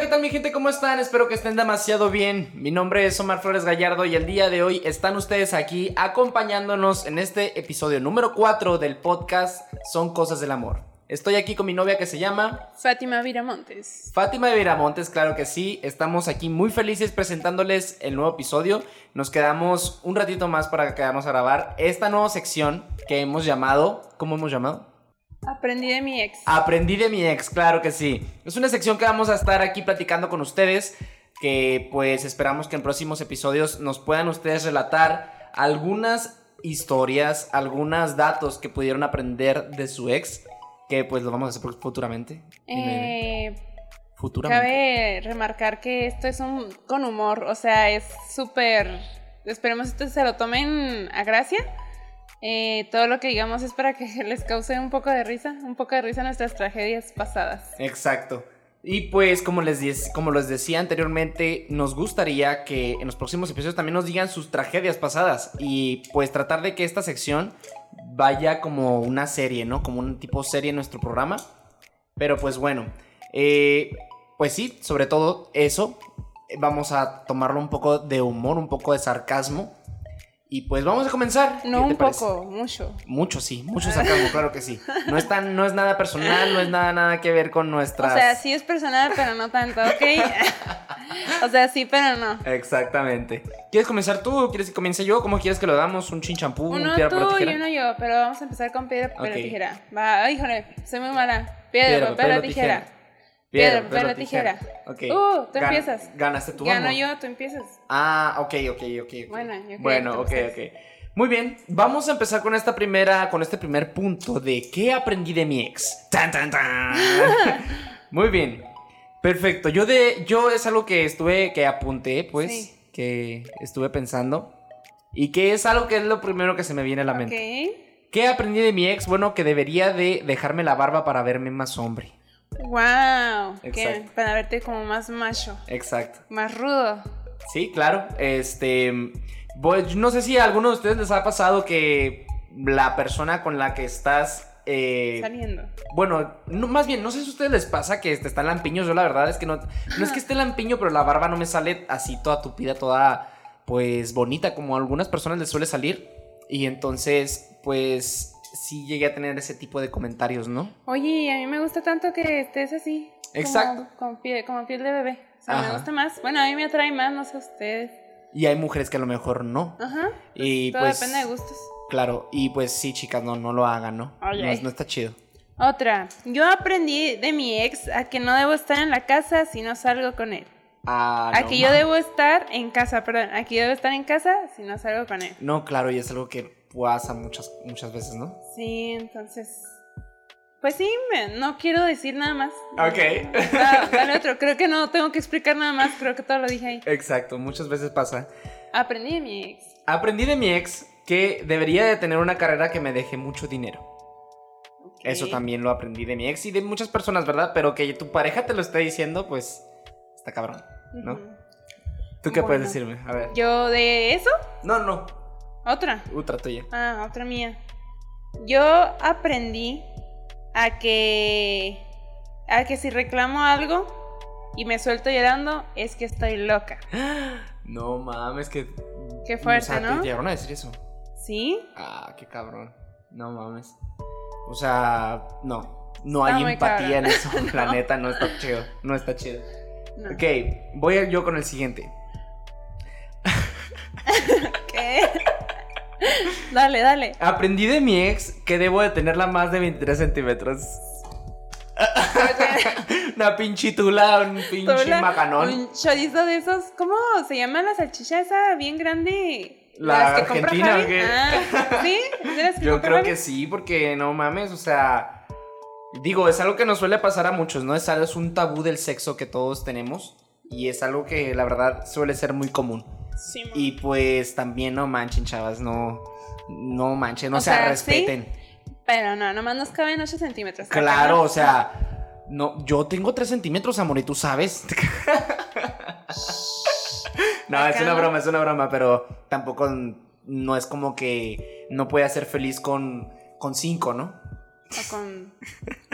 ¿qué tal mi gente? ¿Cómo están? Espero que estén demasiado bien. Mi nombre es Omar Flores Gallardo y el día de hoy están ustedes aquí acompañándonos en este episodio número 4 del podcast Son Cosas del Amor. Estoy aquí con mi novia que se llama Fátima Viramontes. Fátima de Viramontes, claro que sí. Estamos aquí muy felices presentándoles el nuevo episodio. Nos quedamos un ratito más para quedarnos a grabar esta nueva sección que hemos llamado... ¿Cómo hemos llamado? Aprendí de mi ex. Aprendí de mi ex, claro que sí. Es una sección que vamos a estar aquí platicando con ustedes, que pues esperamos que en próximos episodios nos puedan ustedes relatar algunas historias, algunos datos que pudieron aprender de su ex, que pues lo vamos a hacer futuramente. Dime, Eh, futuramente. cabe remarcar que esto es un, con humor, o sea, es súper... Esperemos que se lo tomen a gracia. Eh, todo lo que digamos es para que les cause un poco de risa, un poco de risa a nuestras tragedias pasadas. Exacto. Y pues como les, dic- como les decía anteriormente, nos gustaría que en los próximos episodios también nos digan sus tragedias pasadas y pues tratar de que esta sección vaya como una serie, ¿no? Como un tipo serie en nuestro programa. Pero pues bueno, eh, pues sí, sobre todo eso, eh, vamos a tomarlo un poco de humor, un poco de sarcasmo y pues vamos a comenzar. ¿Qué No te un parece? poco, mucho. Mucho sí, mucho sarcasmo, claro que sí. No es, tan, no es nada personal, no es nada, nada que ver con nuestras... O sea, sí es personal, pero no tanto, ¿ok? o sea, sí, pero no. Exactamente. ¿Quieres comenzar tú? o ¿Quieres que comience yo? ¿Cómo quieres que lo damos? ¿Un chinchampú? ¿Un Uno piedra, papel o tú y tijera? uno yo, pero vamos a empezar con piedra, papel Ok. o tijera. Va, ay, híjole, soy muy mala. Piedra, papel o tijera. Piedra, papel o tijera. Ok. Uh, tú Gan- empiezas. Ganaste tú, Gano amor. yo, tú empiezas. Ah, ok, ok, ok. ok. Bueno, yo creo Bueno, ok, que tú ok. Muy bien, vamos a empezar con esta primera, con este primer punto de ¿qué aprendí de mi ex? ¡Tan, tan, tan! Muy bien, perfecto. Yo de, yo es algo que estuve, que apunté, pues, Sí. que estuve pensando y que es algo que es lo primero que se me viene a la mente. Ok. ¿Qué aprendí de mi ex? Bueno, que debería de dejarme la barba para verme más hombre. Wow. Exacto. ¿Qué? Para verte como más macho, Exacto. más rudo. Sí, claro. Este, voy- no sé si a alguno de ustedes les ha pasado que la persona con la que estás eh, Saliendo. bueno, no, más bien, no sé si a ustedes les pasa que te están lampiños. Yo la verdad es que no. No es que esté lampiño, pero la barba no me sale así toda tupida, toda pues bonita, como a algunas personas les suele salir. Y entonces, pues sí llegué a tener ese tipo de comentarios, ¿no? Oye, a mí me gusta tanto que estés así. como- Exacto. Como, piel, como piel de bebé. O sea, Ajá. me gusta más. Bueno, a mí me atrae más, no sé ustedes. Y hay mujeres que a lo mejor no. Ajá. Y Todo pues. depende de gustos. Claro, y pues sí, chicas, no, no lo hagan, ¿no? Ay, No, ay. no está chido. Otra. Yo aprendí de mi ex a que no debo estar en la casa si no salgo con él. Ah, no, a que yo ma- debo estar en casa, perdón. A que yo debo estar en casa si no salgo con él. No, claro, y es algo que pasa muchas, muchas veces, ¿no? Sí, entonces. Pues sí, me- no quiero decir nada más. Ok. Ah, dale otro. Creo que no tengo que explicar nada más. Creo que todo lo dije ahí. Exacto, muchas veces pasa. Aprendí de mi ex. Aprendí de mi ex que debería de tener una carrera que me deje mucho dinero. Ok. Eso también lo aprendí de mi ex y de muchas personas, ¿verdad? Pero que tu pareja te lo esté diciendo, pues está cabrón, ¿no? Ujú. ¿Tú qué puedes Bueno. decirme? A ver. Yo de eso. No, no. Otra. Otra tuya. Ah, otra mía. Yo aprendí a que a que si reclamo algo y me suelto llorando es que estoy loca. No mames, que. Qué fuerte, o sea, ¿no? Te llegaron a decir eso. ¿Sí? Ah, qué cabrón. No mames. O sea, no. No Está hay muy empatía en cabrón. eso. La No. neta, no está chido. No está chido. No. Ok, voy a- yo con el siguiente. ¿Qué? dale, dale. Aprendí de mi ex que debo de tenerla más de 23 centímetros. Una pinche tula, un pinche Tula, macanón. Un chorizo de esos, ¿cómo se llama la salchicha esa bien grande? ¿La Las que compra argentina o Javi. qué? Ah, ¿Sí? ¿Es de las que Yo compra creo Javi? que sí, porque no mames, o sea, digo, es algo que nos suele pasar a muchos, ¿no? Es algo, es un tabú del sexo que todos tenemos y es algo que la verdad suele ser muy común. Sí, Y pues también no manchen, chavas, no no manchen, o, O sea, sea, respeten. Pero no, nomás nos caben 8 centímetros. Acá, Claro, ¿no? o sea, no, yo tengo 3 centímetros, amor, y tú sabes. no, es Acá una no. broma, es una broma, pero tampoco no es como que no pueda ser feliz con con 5, ¿no? O con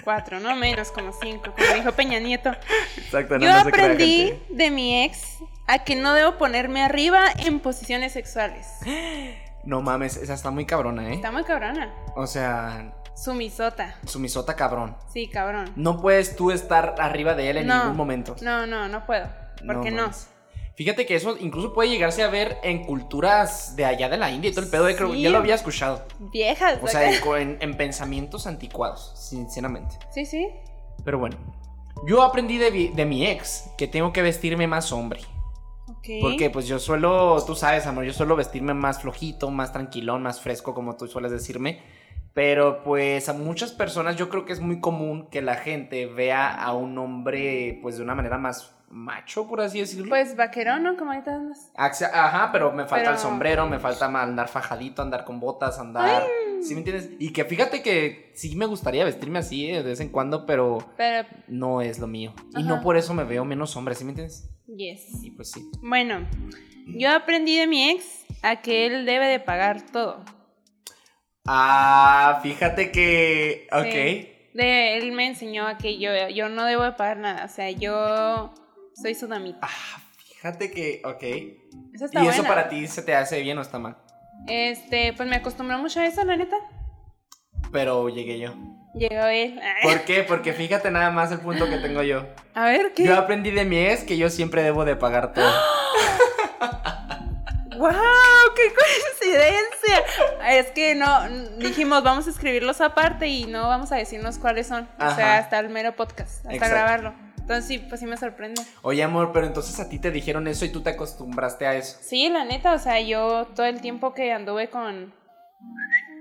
cuatro, no menos, como cinco, como dijo Peña Nieto. Exacto, Yo no se crea, aprendí gente. de mi ex a que no debo ponerme arriba en posiciones sexuales. No mames, esa está muy cabrona, ¿eh? Está muy cabrona. O sea, Sumisota. sumisota cabrón. Sí, cabrón. No puedes tú estar arriba de él en No, ningún momento. No, no, no puedo. ¿Por qué no? mames. Fíjate que eso incluso puede llegarse a ver en culturas de allá de la India y todo el pedo. de Creo, Sí. ya lo había escuchado. Viejas. O sea, acá. en- en- en pensamientos anticuados, sinceramente. Sí, sí. Pero bueno, yo aprendí de, vi- de mi ex que tengo que vestirme más hombre. Ok. Porque pues yo suelo, tú sabes, amor, yo suelo vestirme más flojito, más tranquilón, más fresco, como tú sueles decirme. Pero pues a muchas personas yo creo que es muy común que la gente vea a un hombre pues de una manera más macho, por así decirlo. Pues vaquerón, ¿no? Como ahorita andas. Axa- Ajá, pero me falta Pero- el sombrero, me falta ma- andar fajadito, andar con botas, andar... ¿Sí me entiendes? Y que fíjate que sí me gustaría vestirme así eh, de vez en cuando, pero Pero, no es lo mío. Y Ajá. no por eso me veo menos hombre, ¿sí me entiendes? yes. Y pues sí. Bueno, yo aprendí de mi ex a que él debe de pagar todo. Ah, fíjate que. Ok. De, él me enseñó a que yo, yo no debo de pagar nada. O sea, yo soy sudamita. Ah, fíjate que. Ok. ¿Y Eso está eso buena. para ti se te hace bien o está mal? Este, pues me acostumbró mucho a eso, la neta. Pero llegué yo. Llegó él. ¿Por qué? Porque fíjate nada más el punto que tengo yo. A ver, ¿qué? Yo aprendí de mi ex que yo siempre debo de pagar todo. ¡Wow! ¡Qué coincidencia! Es que no, dijimos, vamos a escribirlos aparte y no vamos a decirnos cuáles son. O Ajá. sea, hasta el mero podcast, hasta Exacto. grabarlo. Entonces sí, pues sí me sorprende. Oye, amor, pero entonces a ti te dijeron eso y tú te acostumbraste a eso. Sí, la neta, o sea, yo todo el tiempo que anduve con,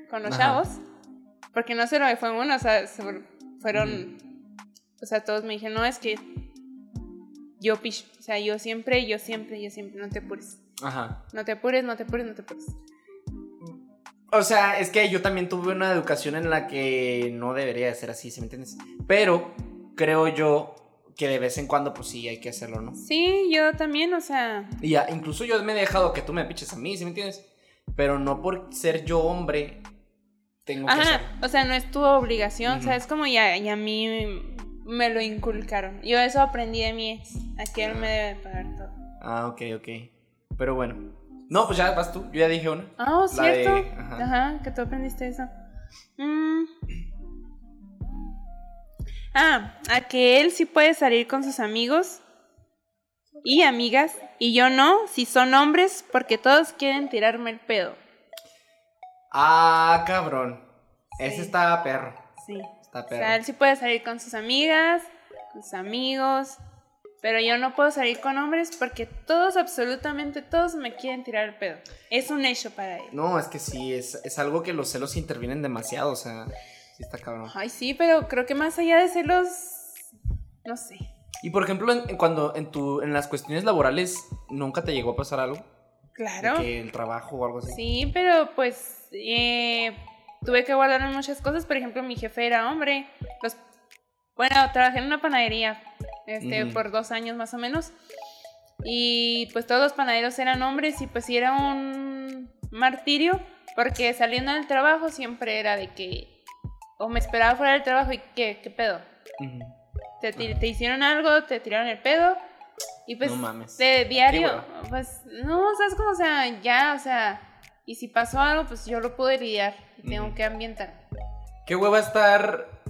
con los Ajá. chavos, porque no se lo fue uno, o sea, se fue- fueron, o sea, todos me dijeron, no, es que yo picho, o sea, yo siempre, yo siempre, yo siempre, no te apures, Ajá. no te apures, no te apures, no te apures. O sea, es que yo también tuve una educación en la que no debería de ser así, ¿sí me entiendes? Pero creo yo que de vez en cuando, pues sí, hay que hacerlo, ¿no? Sí, yo también, o sea, Y ya, incluso yo me he dejado que tú me piches a mí, ¿sí me entiendes? Pero no por ser yo hombre, tengo que Ajá, ser. o sea, no es tu obligación, o sea, Ujú. es como ya, y a mí me lo inculcaron. Yo eso aprendí de mi ex, a que él me debe pagar todo. Ah, ok, ok. Pero bueno. No, pues ya vas tú, yo ya dije una. Ah, oh, La de- cierto. ajá. ajá. que tú aprendiste eso. Mm. Ah, a que él sí puede salir con sus amigos y amigas y yo no, si son hombres, porque todos quieren tirarme el pedo. Ah, cabrón. Ese Sí. está perro. Sí. Está O sea, perro. él sí puede salir con sus amigas, con sus amigos, pero yo no puedo salir con hombres porque todos, absolutamente todos, me quieren tirar el pedo. Es un hecho para él. No, es que sí, es, es algo que los celos intervienen demasiado, o sea, sí está cabrón. Ay, sí, pero creo que más allá de celos, no sé. Y por ejemplo, en, en cuando en, tu, en las cuestiones laborales, ¿nunca te llegó a pasar algo? De Claro. Que el trabajo o algo así. Sí, pero pues eh, tuve que guardarme muchas cosas. Por ejemplo, mi jefe era hombre. Los- bueno, trabajé en una panadería este, Ujú. por dos años más o menos. Y pues todos los panaderos eran hombres y pues sí era un martirio porque saliendo del trabajo siempre era de que o me esperaba fuera del trabajo y qué, qué pedo. Ujú. Te, ti- te hicieron algo, te tiraron el pedo y pues no mames. de diario, Qué pues, no, sabes como, o sea, ya, o sea, y si pasó algo, pues yo lo pude lidiar, y tengo Ujú. que ambientar. Qué hueva estar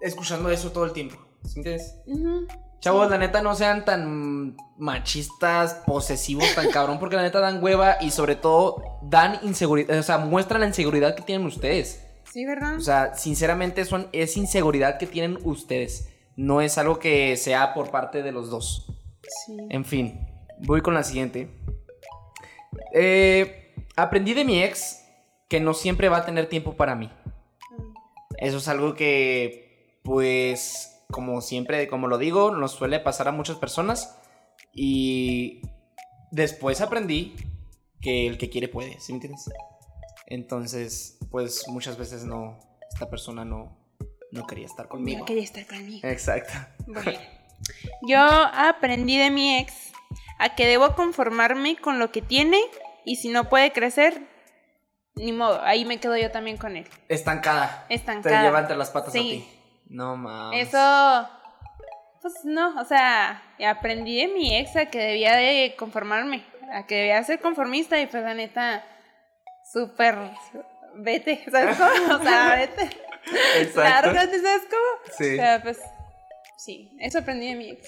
escuchando eso todo el tiempo. ¿Sí me entiendes? Ujú. Chavos, la neta no sean tan machistas, posesivos, tan cabrón, porque la neta dan hueva y sobre todo dan inseguridad, o sea, muestran la inseguridad que tienen ustedes. Sí, ¿verdad? O sea, sinceramente son, es inseguridad que tienen ustedes. No es algo que sea por parte de los dos. sí. En fin, voy con la siguiente. Eh, aprendí de mi ex que no siempre va a tener tiempo para mí. em, Eso es algo que, pues, como siempre, como lo digo, nos suele pasar a muchas personas. Y después aprendí que el que quiere puede, ¿sí me entiendes? Entonces, pues muchas veces no, esta persona no, no quería estar conmigo. No quería estar conmigo. Exacto. Bueno. Yo aprendí de mi ex a que debo conformarme con lo que tiene y si no puede crecer, ni modo, ahí me quedo yo también con él. Estancada. Estancada. Te lleva entre las patas a Sí. ti. No mames. Eso, pues no, o sea, aprendí de mi ex a que debía de conformarme, a que debía ser conformista y pues la neta, súper, vete, ¿sabes cómo? O sea, vete, Exacto. lárgate, ¿sabes cómo? O Sí. sea, pues sí, eso aprendí de mi ex,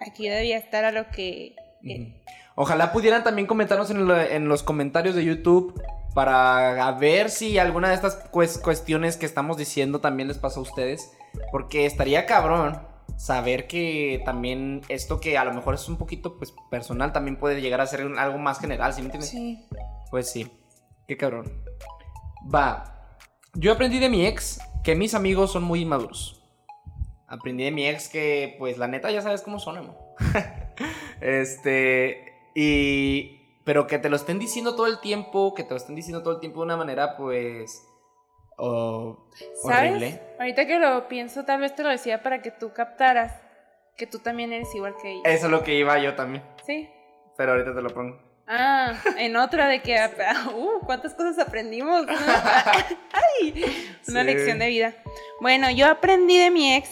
aquí debía estar a lo que... Ujú. Ojalá pudieran también comentarnos en, lo- en los comentarios de YouTube para a ver si alguna de estas cues- cuestiones que estamos diciendo también les pasa a ustedes. Porque estaría cabrón saber que también esto que a lo mejor es un poquito pues personal también puede llegar a ser un- algo más general, ¿sí me entiendes? Sí. Pues sí, qué cabrón. Va, yo aprendí de mi ex que mis amigos son muy inmaduros. Aprendí de mi ex que, pues la neta, ya sabes cómo son, amo. este, y... Pero que te lo estén diciendo todo el tiempo, que te lo estén diciendo todo el tiempo de una manera, pues... o- ¿Sabes? horrible. Ahorita que lo pienso, tal vez te lo decía para que tú captaras que tú también eres igual que ella. Eso es lo que iba yo también, Sí. pero ahorita te lo pongo. Ah, en otra de que, uh, cuántas cosas aprendimos. ¿no? Ay, una Sí. lección de vida. Bueno, yo aprendí de mi ex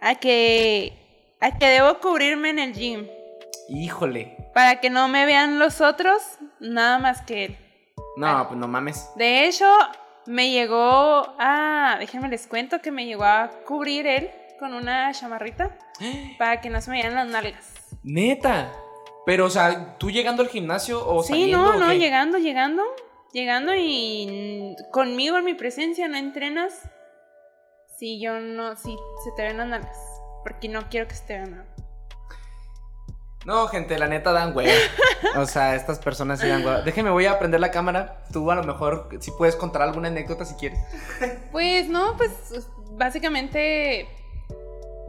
a que, a que debo cubrirme en el gym Híjole. para que no me vean los otros, nada más que él. No, Ah. pues no mames. De hecho, me llegó a, déjenme les cuento que me llegó a cubrir él con una chamarrita para que no se me vean las nalgas. Neta. Pero, o sea, tú llegando al gimnasio o Sí, saliendo, no, o no, qué? llegando, llegando, llegando y mm, conmigo en mi presencia no entrenas. Si yo no, si se te ven las nalgas, porque no quiero que se te vean nada. No, gente, la neta dan hueva. O sea, estas personas sí dan hueva. Déjeme, voy a prender la cámara. Tú a lo mejor si puedes contar alguna anécdota si quieres. Pues no, pues básicamente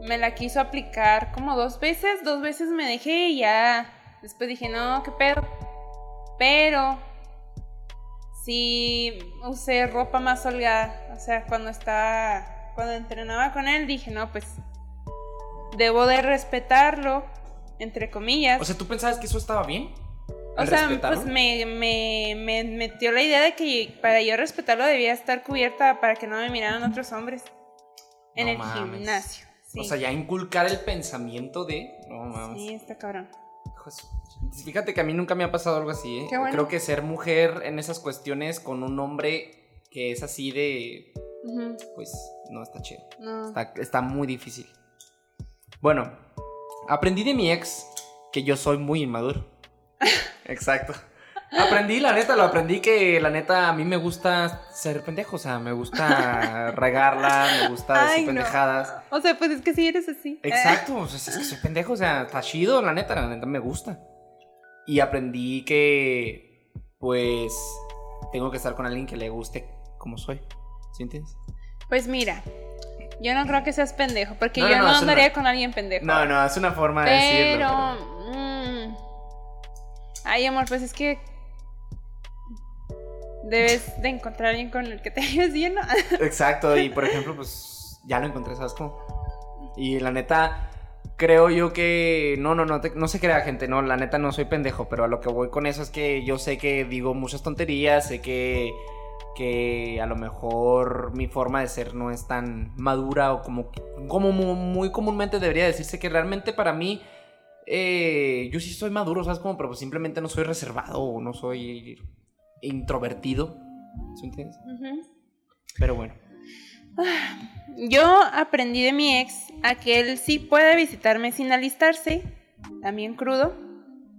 me la quiso aplicar como dos veces, dos veces me dejé y ya después dije, no, qué pedo. Pero sí usé ropa más holgada, o sea, cuando estaba, cuando entrenaba con él dije, no, pues debo de respetarlo, entre comillas. O sea, ¿tú pensabas que eso estaba bien? O ¿El sea, respetarlo? pues me, me, me metió la idea de que para yo respetarlo debía estar cubierta para que no me miraran otros hombres en No el mames. gimnasio. Sí. O sea, ya inculcar el pensamiento de. No mames. Sí, está cabrón. Hijo de su- Fíjate que a mí nunca me ha pasado algo así, ¿eh? Qué bueno. Creo que ser mujer en esas cuestiones con un hombre que es así de. Ujú, Pues no está chido. no. Está, está muy difícil. Bueno, aprendí de mi ex que yo soy muy inmaduro. Exacto. Aprendí, la neta, lo aprendí que la neta a mí me gusta ser pendejo, o sea, me gusta regarla, me gusta decir Ay, no. pendejadas. O sea, pues es que si eres así. Exacto, o sea, es que soy pendejo, o sea, está chido, la neta, la neta me gusta. Y aprendí que, pues, tengo que estar con alguien que le guste como soy. ¿Sí entiendes? Pues mira, yo no creo que seas pendejo, porque No, yo no, no, no, eso no. andaría con alguien pendejo. No, no, es una forma de decirlo. Pero. pero- mm, ay, amor, pues es que. Debes de encontrar a alguien con el que te lleves bien, ¿no? Exacto, y por ejemplo, pues ya lo encontré, ¿sabes cómo? Y la neta, creo yo que. No, no, no, te- no se crea, gente, no, la neta no soy pendejo, pero a lo que voy con eso es que yo sé que digo muchas tonterías, sé que. que a lo mejor mi forma de ser no es tan madura o como, como mu- muy comúnmente debería decirse que realmente para mí. eh, yo sí soy maduro, ¿sabes? Como, pero pues simplemente no soy reservado o no soy introvertido. ¿Sí entiendes? Ujú. Pero bueno. Yo aprendí de mi ex a que él sí puede visitarme sin alistarse, también crudo,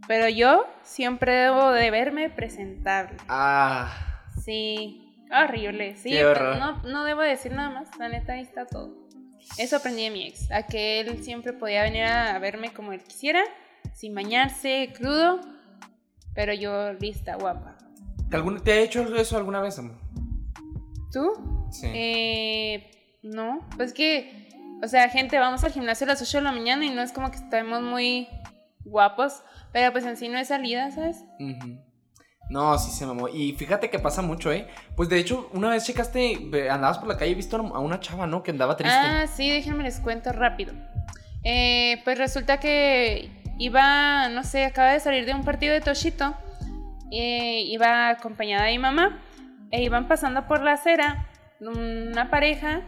pero yo siempre debo de verme presentable. Ah, Sí, horrible, sí. Qué horror. No, no debo decir nada más, la neta ahí está todo. Eso aprendí de mi ex, a que él siempre podía venir a verme como él quisiera, sin bañarse, crudo, pero yo lista, guapa. ¿te, algún- te ha hecho eso alguna vez, amor? ¿Tú? Sí. Eh, no, pues que, o sea, gente, vamos al gimnasio a las 8 de la mañana y no es como que estemos muy guapos, pero pues en sí no es salida, ¿sabes? Ujú. No, sí se mamó. Y fíjate que pasa mucho, ¿eh? Pues de hecho, una vez checaste, ve- andabas por la calle y viste a una chava, ¿no? Que andaba triste. Ah, sí, déjenme les cuento rápido. Eh, pues resulta que iba, no sé, acaba de salir de un partido de Toshito, eh, iba acompañada de mi mamá, e iban pasando por la acera una pareja,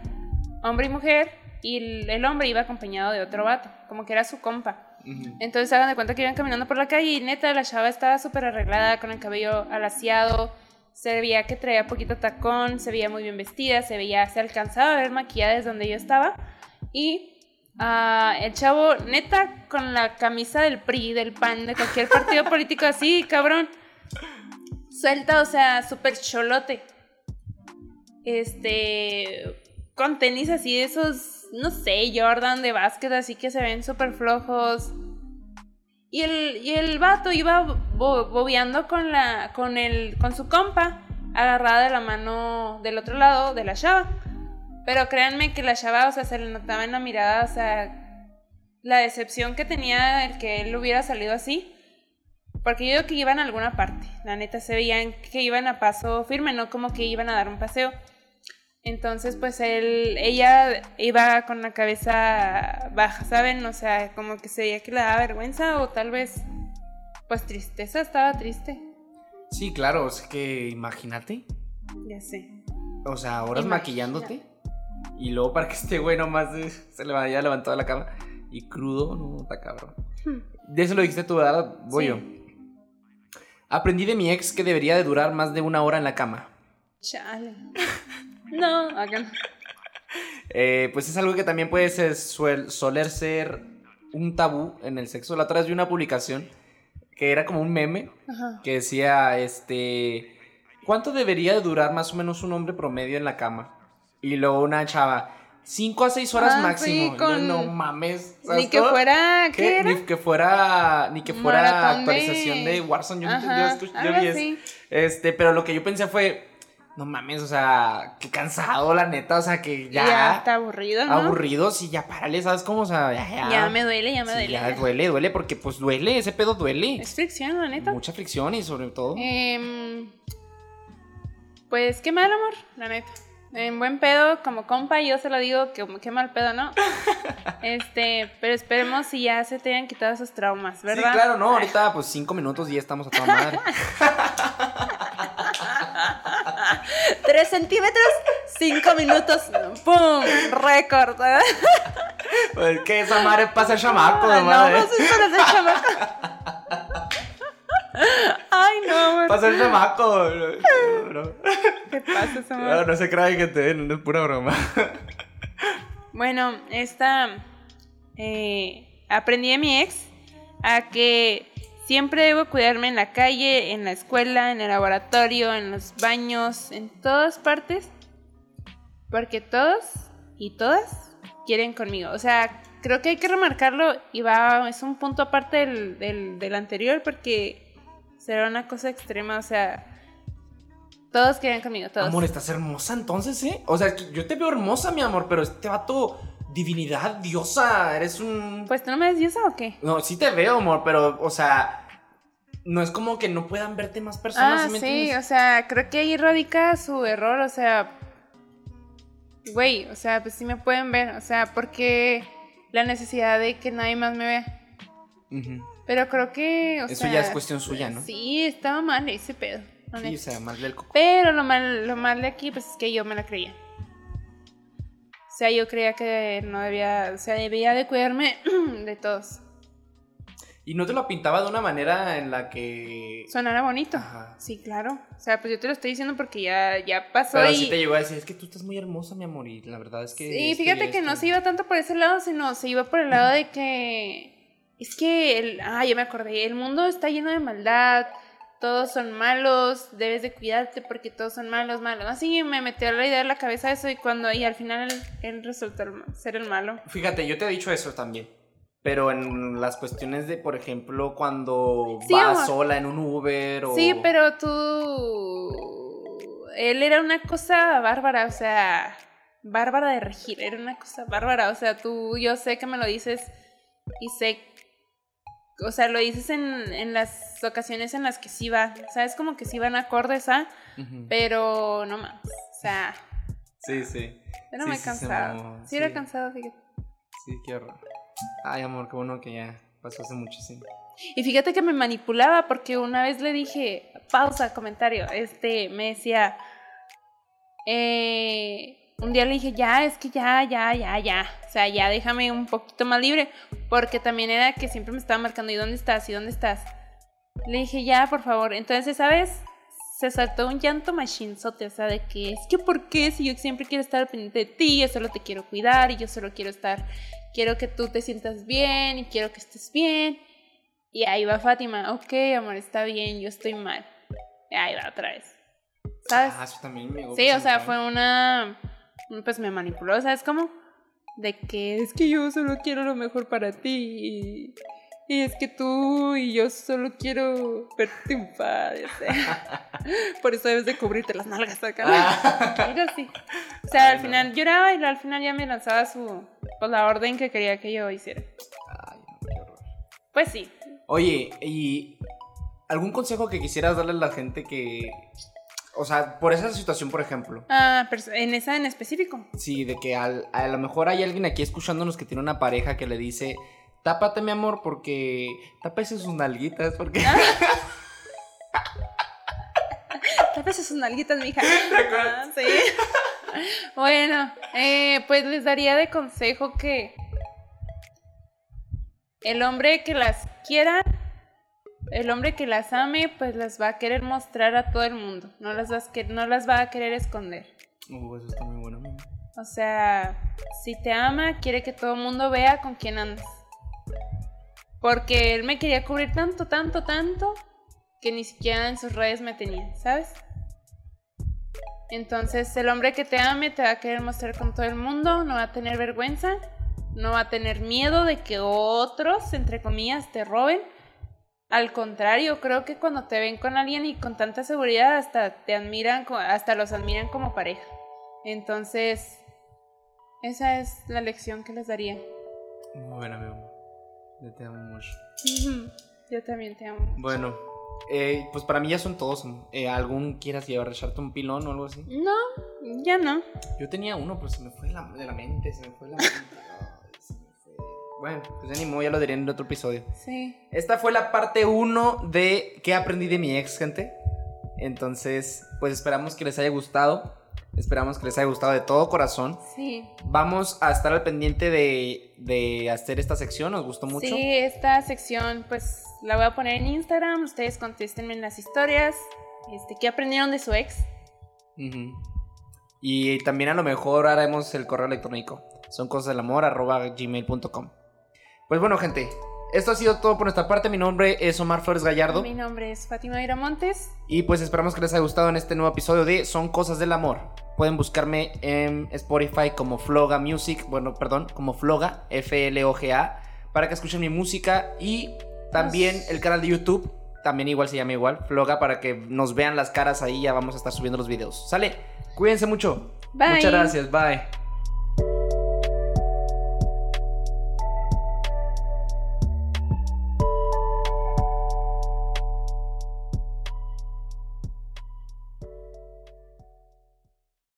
hombre y mujer, y el, el hombre iba acompañado de otro vato, como que era su compa. Ujú. Entonces hagan de cuenta que iban caminando por la calle y neta, la chava estaba súper arreglada, con el cabello alaciado, se veía que traía poquito tacón, se veía muy bien vestida, se veía, se alcanzaba a ver maquillada desde donde yo estaba. Y ah, el chavo, neta, con la camisa del PRI, del PAN, de cualquier partido político así, cabrón, suelta, o sea, súper cholote. Este, con tenis así de esos, no sé, Jordan de básquet, así que se ven súper flojos. Y el, y el vato iba bo- bobeando con, la, con, el, con su compa, agarrada de la mano del otro lado de la chava. Pero créanme que la chava, o sea, se le notaba en la mirada, o sea, la decepción que tenía el que él hubiera salido así. Porque yo digo que iban a alguna parte. La neta se veían que iban a paso firme, no como que iban a dar un paseo. Entonces, pues él, ella iba con la cabeza baja, ¿saben? O sea, como que se veía que le daba vergüenza o tal vez, pues tristeza, estaba triste. Sí, claro, es que imagínate. Ya sé. O sea, horas Imagina. maquillándote. Y luego para que este güey nomás eh, se le vaya levantado de la cama. Y crudo, no, está cabrón. Hmm. De eso lo dijiste tú, ¿verdad? Voy Sí. yo. Aprendí de mi ex que debería de durar más de una hora en la cama. Chale. No, acá no. Eh, pues es algo que también puede ser, suel- soler ser un tabú en el sexo. La otra vez vi una publicación que era como un meme Ajá. que decía, este, ¿cuánto debería de durar más o menos un hombre promedio en la cama? Y luego una chava, 5 a 6 horas Ah, máximo. sí, Yo, con- No mames. ¿sabes Ni que cómo? fuera, ¿qué, ¿Qué? era? Ni que fuera, ni que fuera Maratón de- actualización de Warzone. Yo, Ajá, yo escuch- yo algo vi eso. así. Este, pero lo que yo pensé fue, no mames, o sea, qué cansado, la neta, o sea, que ya, Ya. está aburrido, ¿no? aburrido, sí, ya párale, ¿sabes cómo? O sea, ya, ya. Ya me duele, ya me Sí, duele. ya duele, duele, porque pues duele, ese pedo duele. Es fricción, la neta. Mucha fricción y sobre todo. Em, pues qué mal amor, la neta. En buen pedo, como compa, yo se lo digo que qué mal pedo, ¿no? Este, pero esperemos si ya se te hayan quitado esos traumas, ¿verdad? Sí, claro, no, ahorita pues cinco minutos y ya estamos a toda madre. Tres centímetros, cinco minutos, ¡pum! Récord. ¿eh? ¿verdad? pues que esa madre pasa el chamaco, Ah, la madre. no, no soy para ser chamaco. Ay, no, amor. Pasa el chamaco. bro. Bro. ¿Qué pasa, amor? No, no se crea que te no es pura broma. Bueno, esta eh, aprendí de mi ex a que siempre debo cuidarme en la calle, en la escuela, en el laboratorio, en los baños, en todas partes, porque todos y todas quieren conmigo. O sea, creo que hay que remarcarlo y va, es un punto aparte del, del- del anterior porque será una cosa extrema, o sea, todos quieren conmigo, todos. Amor, estás hermosa entonces, ¿eh? O sea, que yo te veo hermosa, mi amor, pero este vato, divinidad, diosa, eres un... Pues tú no me desdiosas o qué? No, sí te veo, amor, pero, o sea, no es como que no puedan verte más personas, Ah, ¿sí me sí, entiendes? o sea, creo que ahí radica su error, o sea, güey, o sea, pues sí me pueden ver, o sea, porque la necesidad de que nadie más me vea, Ujú. pero creo que, o Eso sea, ya es cuestión suya, ¿no? Sí, estaba mal ese pedo, la Sí, o neta. sea, más del coco. pero lo mal, lo mal de aquí, pues es que yo me la creía. O sea, yo creía que no debía, o sea, debía de cuidarme de todos. Y no te lo pintaba de una manera en la que... Sonara bonito. Ajá. Sí, claro. O sea, pues yo te lo estoy diciendo porque ya, ya pasó Pero y... sí te llegó a decir, es que tú estás muy hermosa, mi amor, y la verdad es que... Sí, esto y fíjate que esto". no se iba tanto por ese lado, sino se iba por el lado de que. Es que. El, ah, ya me acordé. El mundo está lleno de maldad. Todos son malos. Debes de cuidarte porque todos son malos, malos. Así me metió la idea en la cabeza eso y cuando. Y al final él, él resultó el ma- ser el malo. Fíjate, yo te he dicho eso también. Pero en las cuestiones de, por ejemplo, cuando Sí, vas amor. sola en un Uber o... Sí, pero tú. Él era una cosa bárbara, o sea. Bárbara de regir, era una cosa bárbara. O sea, tú, yo sé que me lo dices y sé. O sea, lo dices en, en las ocasiones en las que sí va. O sea, es como que sí van acordes a, Ujú. pero no más. O sea, Sí, sí. yo no Sí, me he sí, se cansado. mamó, Sí, sí. era cansado, fíjate. Sí, qué horror. Ay, amor, qué bueno que ya pasó hace mucho, sí. Y fíjate que me manipulaba porque una vez le dije, pausa, comentario, este, me decía, eh, un día le dije, ya, es que ya, ya, ya, ya. O sea, ya déjame un poquito más libre. Porque también era que siempre me estaba marcando, ¿y dónde estás? ¿Y dónde estás? Le dije, ya, por favor. Entonces, ¿sabes? Se saltó un llanto machinzote, o sea, de que es que ¿por qué? Si yo siempre quiero estar al pendiente de ti, yo solo te quiero cuidar y yo solo quiero estar, quiero que tú te sientas bien y quiero que estés bien. Y ahí va Fátima, ok, amor, está bien, yo estoy mal. Y ahí va otra vez. ¿Sabes? Ah, eso también me Sí, o sea, fue una. Pues me manipuló, ¿sabes cómo? De que es que yo solo quiero lo mejor para ti. Y, y es que tú y yo solo quiero verte triunfar. ya sea. Por eso debes de cubrirte las nalgas acá. Algo así. O sea, Ah. Ay, al no. final lloraba y al final ya me lanzaba su. Pues la orden que quería que yo hiciera. Ay, no, qué horror. Pues sí. Oye, ¿y algún consejo que quisieras darle a la gente que... O sea, por esa situación, por ejemplo. Ah, pero en esa en específico. Sí, de que al- a lo mejor hay alguien aquí escuchándonos que tiene una pareja que le dice, tápate mi amor porque... Tápese sus nalguitas porque... Ah. Tal vez sus nalguitas, mija. Ah, sí. Bueno, eh, pues les daría de consejo que el hombre que las quiera, el hombre que las ame, pues las va a querer mostrar a todo el mundo. No las, vas que, no las va a querer esconder. Uh, eso está muy bueno. mami. O sea, si te ama, quiere que todo el mundo vea con quién andas. Porque él me quería cubrir tanto, tanto, tanto, que ni siquiera en sus redes me tenía, ¿sabes? Entonces, el hombre que te ame te va a querer mostrar con todo el mundo, no va a tener vergüenza, no va a tener miedo de que otros, entre comillas, te roben. Al contrario, creo que cuando te ven con alguien y con tanta seguridad, hasta te admiran, co- hasta los admiran como pareja. Entonces, esa es la lección que les daría. Muy buena, mi amor. Yo te amo mucho. Yo también te amo. Bueno, eh, pues para mí ya son todos. Eh, ¿Algún quieras llevar, echarte un pilón o algo así? No, ya no. Yo tenía uno, pero se me fue de la, de la mente, se me fue de la mente. Ay, se me fue. Bueno, pues ya ni modo, ya lo diré en otro episodio. Sí. Esta fue la parte 1 de qué aprendí de mi ex, gente. Entonces, pues esperamos que les haya gustado. Esperamos que les haya gustado de todo corazón. Sí. Vamos a estar al pendiente de, de hacer esta sección, nos gustó mucho. Sí, esta sección pues la voy a poner en Instagram. Ustedes contéstenme en las historias. Este, ¿Qué aprendieron de su ex? Ujú. Y también a lo mejor haremos el correo electrónico. Son cosas del amor arroba gmail.com. Pues bueno, gente, esto ha sido todo por nuestra parte. Mi nombre es Omar Flores Gallardo. Mi nombre es Fátima Viramontes. Y pues esperamos que les haya gustado en este nuevo episodio de Son Cosas del Amor. Pueden buscarme en Spotify como Floga Music, bueno, perdón, como Floga, F-L-O-G-A, para que escuchen mi música y también Nos- el canal de YouTube, también igual se llama igual, Floga, para que nos vean las caras ahí, ya vamos a estar subiendo los videos. Sale, cuídense mucho. Bye. Muchas gracias, bye.